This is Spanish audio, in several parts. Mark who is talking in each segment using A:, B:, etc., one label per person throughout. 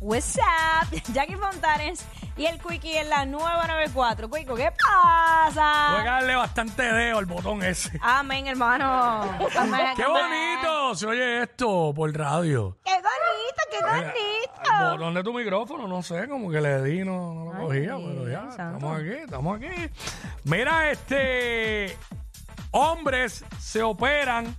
A: What's up? Jackie Fontanes y el Quickie en la 994. Quico, ¿qué pasa?
B: Voy a darle bastante dedo al botón ese.
A: Amén, hermano. Amén,
B: ¡Qué
A: amén.
B: bonito! Se oye esto por radio.
A: ¡Qué bonito, qué
B: El
A: bonito!
B: botón de tu micrófono, no sé, como que le di, no, no lo
A: Ay,
B: cogía, pero ya,
A: santo.
B: estamos aquí, estamos aquí. Mira, este. Hombres se operan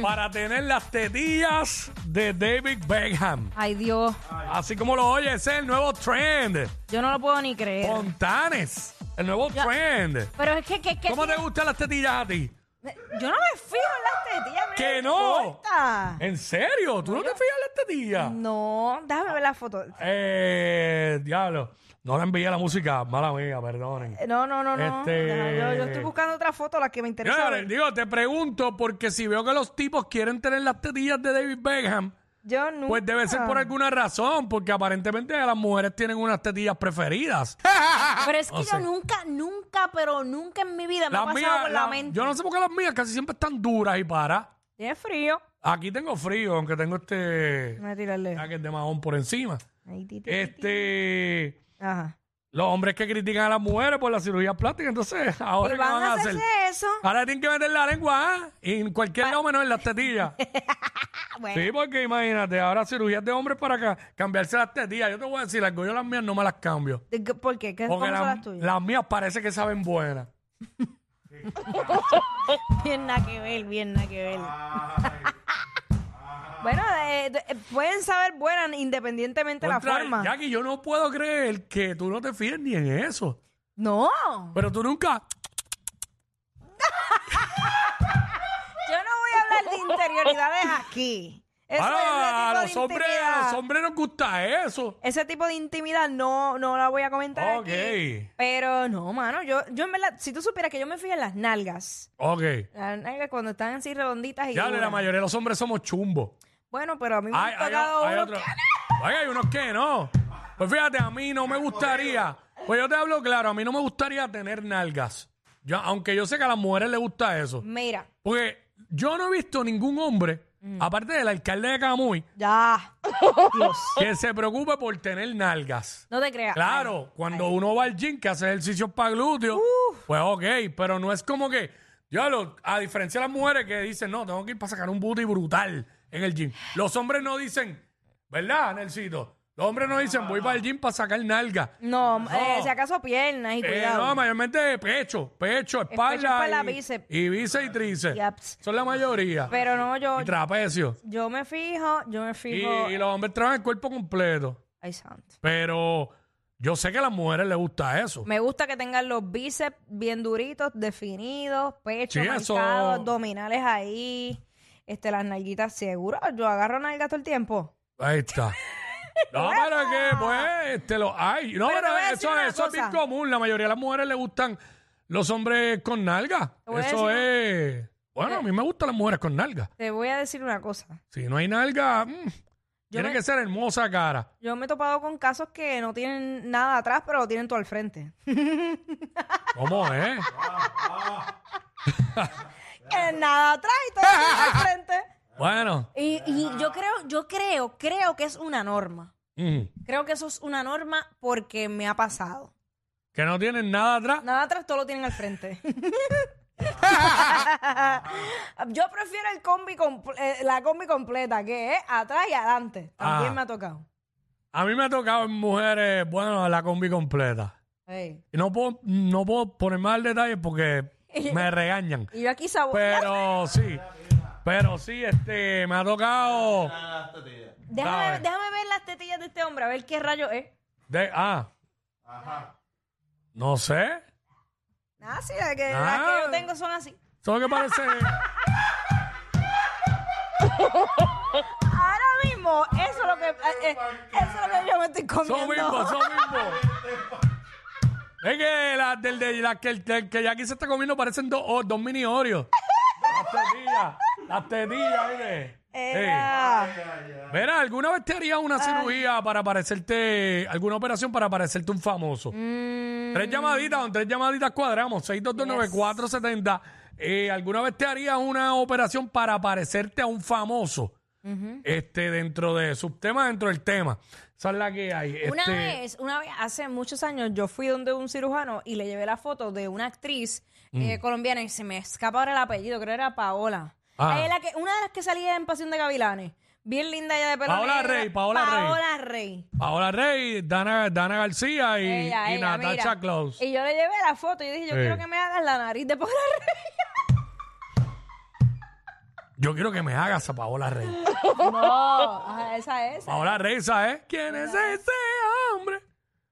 B: para tener las tetillas de David Beckham.
A: Ay, Dios.
B: Así como lo oye, ese es el nuevo trend.
A: Yo no lo puedo ni creer.
B: Oh. Fontanes, el nuevo
A: Ya.
B: trend.
A: Pero es que... que, que
B: ¿Cómo te gustan las tetillas a ti?
A: Yo no me fijo en las tetillas. a mí
B: ¡Que
A: me
B: no! Eh.
A: importa.
B: ¿En serio? ¿Tú no, te fijas en las tetillas?
A: No, déjame ver la foto.
B: Eh, diablo. No le envié la música, mala mía, perdonen.
A: No, no, no, no.
B: Este-
A: Déjame- Yo, yo estoy buscando otra foto, la que me
B: Yo,
A: interesa. ver.
B: digo, te pregunto, porque si veo que los tipos quieren tener las tetillas de David Beckham,
A: Yo nunca.
B: pues debe ser
A: Ah.
B: por alguna razón, porque aparentemente las mujeres tienen unas tetillas preferidas.
A: Pero es que
B: No
A: yo
B: sé.
A: nunca, nunca, pero nunca en mi vida me ha
B: Las
A: pasado
B: mías,
A: por la,
B: las-
A: mente.
B: yo no sé por qué las mías casi siempre están duras y para.
A: Tiene frío.
B: Aquí tengo frío, aunque tengo este
A: Voy a tirarle.
B: jacket de mahón por encima.
A: Ahí, ti, ti,
B: Eh,
A: ti, ti.
B: Este...
A: Ajá.
B: Los hombres que critican a las mujeres por la cirugía plástica, entonces, ¿ahora
A: Y
B: qué van a hacer?
A: eso.
B: Ahora tienen que meter la lengua ¿ah? en cualquier lado menos en las tetillas.
A: Ah, bueno.
B: sí, porque imagínate, ahora cirugías de hombres para ca- cambiarse las tetillas. Yo te voy a decir algo, yo las mías no me las cambio.
A: ¿De qué- ¿Por qué? ¿Qué ¿Cómo
B: Porque
A: son
B: las,
A: las tuyas?
B: las mías parece que saben buenas.
A: Bien nada que ver, bien nada que ver. bueno, de- de- pueden saber buenas independientemente de la
B: Contra-
A: forma.
B: Jackie, yo no puedo creer que tú no te fíes ni en eso.
A: No,
B: Pero tú nunca...
A: yo no voy a hablar de interioridades aquí. Eso-
B: Ah, a
A: ese,
B: los
A: tipo de
B: hombres, a
A: intimidad,
B: los hombres nos gusta eso.
A: ese tipo de intimidad no, no la voy a comentar
B: Ok,
A: aquí. Pero no, mano, yo, yo en verdad, si tú supieras que yo me fijé en las nalgas.
B: ok.
A: Las nalgas cuando están así redonditas y
B: Ya, la
A: duras.
B: mayoría de los hombres somos chumbos.
A: Bueno, pero a mí me
B: Hay,
A: han
B: hay-
A: tocado
B: hay
A: unos
B: otro-
A: que-
B: Ay, hay unos que no. Pues fíjate, a mí no me gustaría. Pues yo te hablo claro, a mí no me gustaría tener nalgas. Yo- aunque yo sé que a las mujeres les gusta eso.
A: Mira,
B: Porque yo no he visto ningún hombre,
A: Mm.
B: aparte del alcalde de Camuy,
A: ya. Dios.
B: que se preocupe por tener nalgas.
A: No te creas.
B: Claro, cuando uno va al gym que hace ejercicios para glúteos, pues ok, pero no es como que, diablo, a diferencia de las mujeres que dicen, no, tengo que ir para sacar un booty brutal en el gym. Los hombres no dicen, ¿verdad, Nelsito? Los hombres no dicen, voy para el gym para sacar nalga.
A: No, eh,
B: No.
A: si acaso piernas y
B: Eh,
A: cuidado.
B: no, mayormente pecho, pecho, espalda,
A: espalda,
B: y,
A: bíceps.
B: y bíceps y tríceps.
A: Yaps.
B: Son la mayoría.
A: Pero no, yo,
B: y trapecio.
A: yo me fijo, yo me
B: Y,
A: fijo.
B: y los hombres trabajan el cuerpo completo.
A: Ay, santo.
B: Pero yo sé que a las mujeres les gusta eso.
A: Me gusta que tengan los bíceps bien duritos, definidos, pecho
B: Sí, eso-
A: marcado, abdominales ahí. Este, las nalguitas seguras. Yo agarro nalgas todo el tiempo.
B: Ahí está. No, pero es que, pues, este, lo hay. No,
A: Pero
B: pero,
A: te voy a decir
B: eso,
A: una
B: eso es bien
A: cosa.
B: común. La mayoría de las mujeres le gustan los hombres con nalga.
A: voy a
B: Eso es. Bueno, a mí me gustan las mujeres con nalga.
A: Te voy a decir una cosa.
B: Si no hay nalga, mm, tiene
A: me-
B: que ser hermosa cara.
A: Yo me he topado con casos que no tienen nada atrás, pero lo tienen todo al frente.
B: ¿Cómo es?
A: Tienen nada atrás y todo lo tienen al frente.
B: bueno,
A: Y, y
B: Ah.
A: yo creo, yo creo, creo que es una norma.
B: mm,
A: Creo que eso es una norma porque me ha pasado.
B: que no tienen nada atrás.
A: Nada atrás, todo lo tienen al frente. Yo prefiero el combi compl- eh, la combi completa, que es atrás y adelante. También
B: Ah.
A: me ha tocado.
B: A mí me ha tocado en mujeres, bueno, la combi completa.
A: Ey.
B: Y no puedo, no puedo poner más detalles porque me regañan.
A: Y yo aquí sabo
B: Pues, Pero sí, pero sí, este, me ha tocado.
A: déjame, déjame ver las tetillas de este hombre, a ver qué rayo es.
B: De, ah. No sé.
A: Ah, sí, las que,
B: Ah.
A: las que yo tengo son así.
B: Solo que parece.
A: Ahora mismo, eso es lo que, eh, eh, eso es lo que yo me estoy
B: Son
A: comiendo.
B: mismos, son mismos. Es que las del de las que, del que Jackie se está comiendo parecen dos, oh, dos mini Oreos. Las tetillas, las tetillas, mire. Sí.
A: Ea.
B: Mira, ¿alguna vez te harías una cirugía para parecerte, alguna operación para parecerte un famoso?
A: Mm.
B: Tres llamaditas, con tres llamaditas cuadramos, 6229470. Eh, ¿Alguna vez te harías una operación para parecerte a un famoso? este, dentro de sus temas, dentro del tema. Esa es la que hay.
A: Una
B: este,
A: vez, una vez, hace muchos años, yo fui donde un cirujano y le llevé la foto de una actriz eh,
B: Mm.
A: colombiana y se me escapa ahora el apellido, creo que era Paola.
B: Ah.
A: Eh, la que, una de las que salía en Pasión de Gavilanes. Bien linda ella de pelo
B: Paola
A: negro.
B: Rey, Paola Rey.
A: Paola Rey.
B: Paola Rey, Dana, Dana García y,
A: Ella,
B: y
A: ella,
B: Natasha
A: mira.
B: Claus.
A: Y yo le llevé la foto y yo dije, yo
B: Sí.
A: quiero que me hagas la nariz de Paola Rey.
B: Yo quiero que me hagas a Paola Rey.
A: no, ajá, esa es.
B: Paola Rey, ¿sabes? ¿Quién es ese hombre?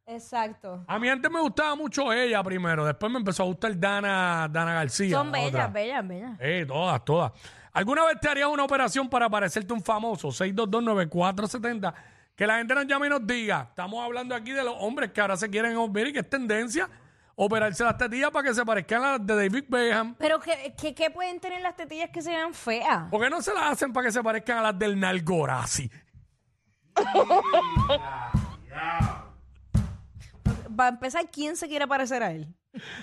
A: Exacto.
B: A mí antes me gustaba mucho ella primero, después me empezó a gustar Dana, Dana García.
A: Son
B: la
A: bellas,
B: otra.
A: bellas, bellas.
B: Eh, todas, todas. ¿Alguna vez te harías una operación para parecerte un famoso? 6229470. Que la gente nos llame y nos diga. Estamos hablando aquí de los hombres que ahora se quieren operar y que es tendencia operarse las tetillas para que se parezcan a las de David Beckham.
A: Pero que, que, que pueden tener las tetillas que se vean feas.
B: ¿Por qué no se las hacen para que se parezcan a las del Nalgorazi?
A: Para empezar, ¿quién se quiere parecer a él?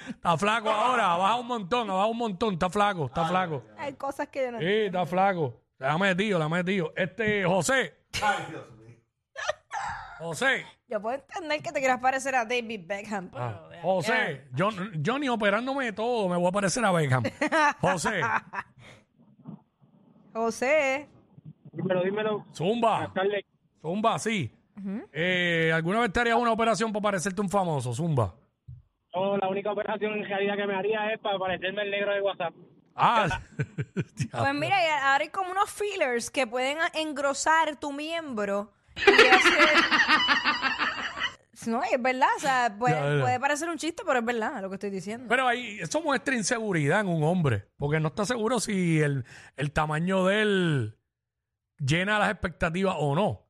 B: Está flaco ahora, baja un montón, baja un montón, está flaco, está flaco.
A: Hay cosas que yo no
B: Sí, está flaco. La ha metido, la ha metido. Este, José. José.
A: Yo puedo entender que te quieras parecer a David Beckham, pero...
B: Ah. José. Yo, yo ni operándome de todo me voy a parecer a Beckham. José.
A: José,
B: Ah,
C: Dímelo, dímelo.
B: Zumba.
C: Carle,
B: Zumba, sí. Eh, ¿Alguna vez te harías una operación para parecerte un famoso, Zumba?
C: yo la única operación en realidad que me haría es para parecerme el negro de WhatsApp.
B: Ah.
A: pues mira, y ahora hay como unos fillers que pueden engrosar tu miembro y hacer- No, es verdad, o sea,
B: Ya,
A: puede,
B: verdad.
A: puede parecer un chiste, pero es verdad lo que estoy diciendo.
B: Pero ahí, eso muestra inseguridad en un hombre, porque no está seguro si el, el tamaño de él llena las expectativas o no.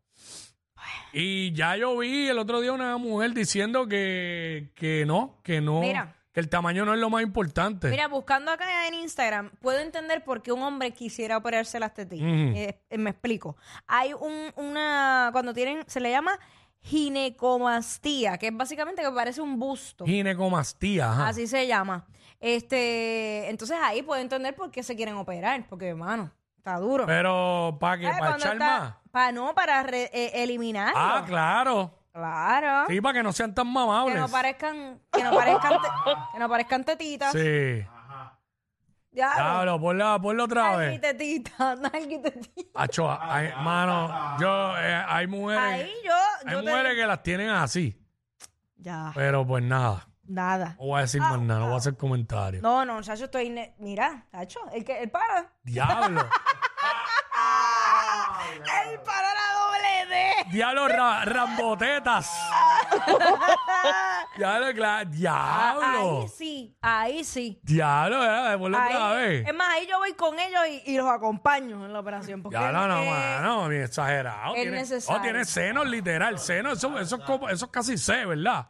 B: Y ya yo vi el otro día una mujer diciendo que, que no, que no,
A: Mira.
B: que el tamaño no es lo más importante.
A: Mira, buscando acá en Instagram, puedo entender por qué un hombre quisiera operarse las tetillas.
B: Ujú.
A: Eh, eh, me explico. Hay un, una, cuando tienen, se le llama ginecomastía, que es básicamente que parece un busto.
B: Ginecomastía, ajá.
A: Así se llama. Este, entonces ahí puedo entender por qué se quieren operar, porque hermano, está duro.
B: Pero para
A: Eh,
B: que, para echar más.
A: Para no, para re- eh, eliminarlo.
B: Ah, claro.
A: Claro.
B: Sí, para que no sean tan
A: Que
B: mamables.
A: no parezcan, que no parezcan, te- que no parezcan tetitas.
B: sí.
A: Ya,
B: Claro, ponla, ponla otra vez.
A: Nalgui tetita, nalgui tetita.
B: Acho, hay- mano, yo, eh, hay mujeres.
A: Ahí yo,
B: Hay
A: yo te-
B: mujeres que las tienen así,
A: Ya,
B: pero pues nada.
A: nada.
B: No voy a decir más nada, no voy a hacer comentarios.
A: Ah, No, no, Chacho, estoy... ne- Mira, Chacho, el que... El para.
B: Diablo.
A: El para era doble D.
B: Diablo, ra- rambotetas. Diablo, cla- Diablo.
A: Ahí sí, ahí sí.
B: Diablo, eh, ponlo otra
A: Ahí-
B: vez.
A: es más, ahí yo voy con ellos y, y los acompaño en la operación. Porque
B: Diablo, no,
A: eh,
B: mano, bien exagerado.
A: es
B: Tiene-
A: necesario.
B: No, tiene senos, literal. Senos, eso, eso, es como- eso es casi C, ¿verdad?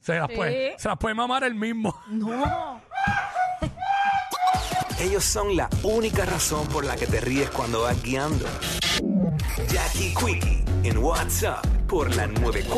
B: Se las,
A: Eh, sí.
B: puede, se las puede mamar el mismo.
A: No.
D: Ellos son la única razón por la que te ríes cuando vas guiando. Jackie Quickie en WhatsApp por la 94.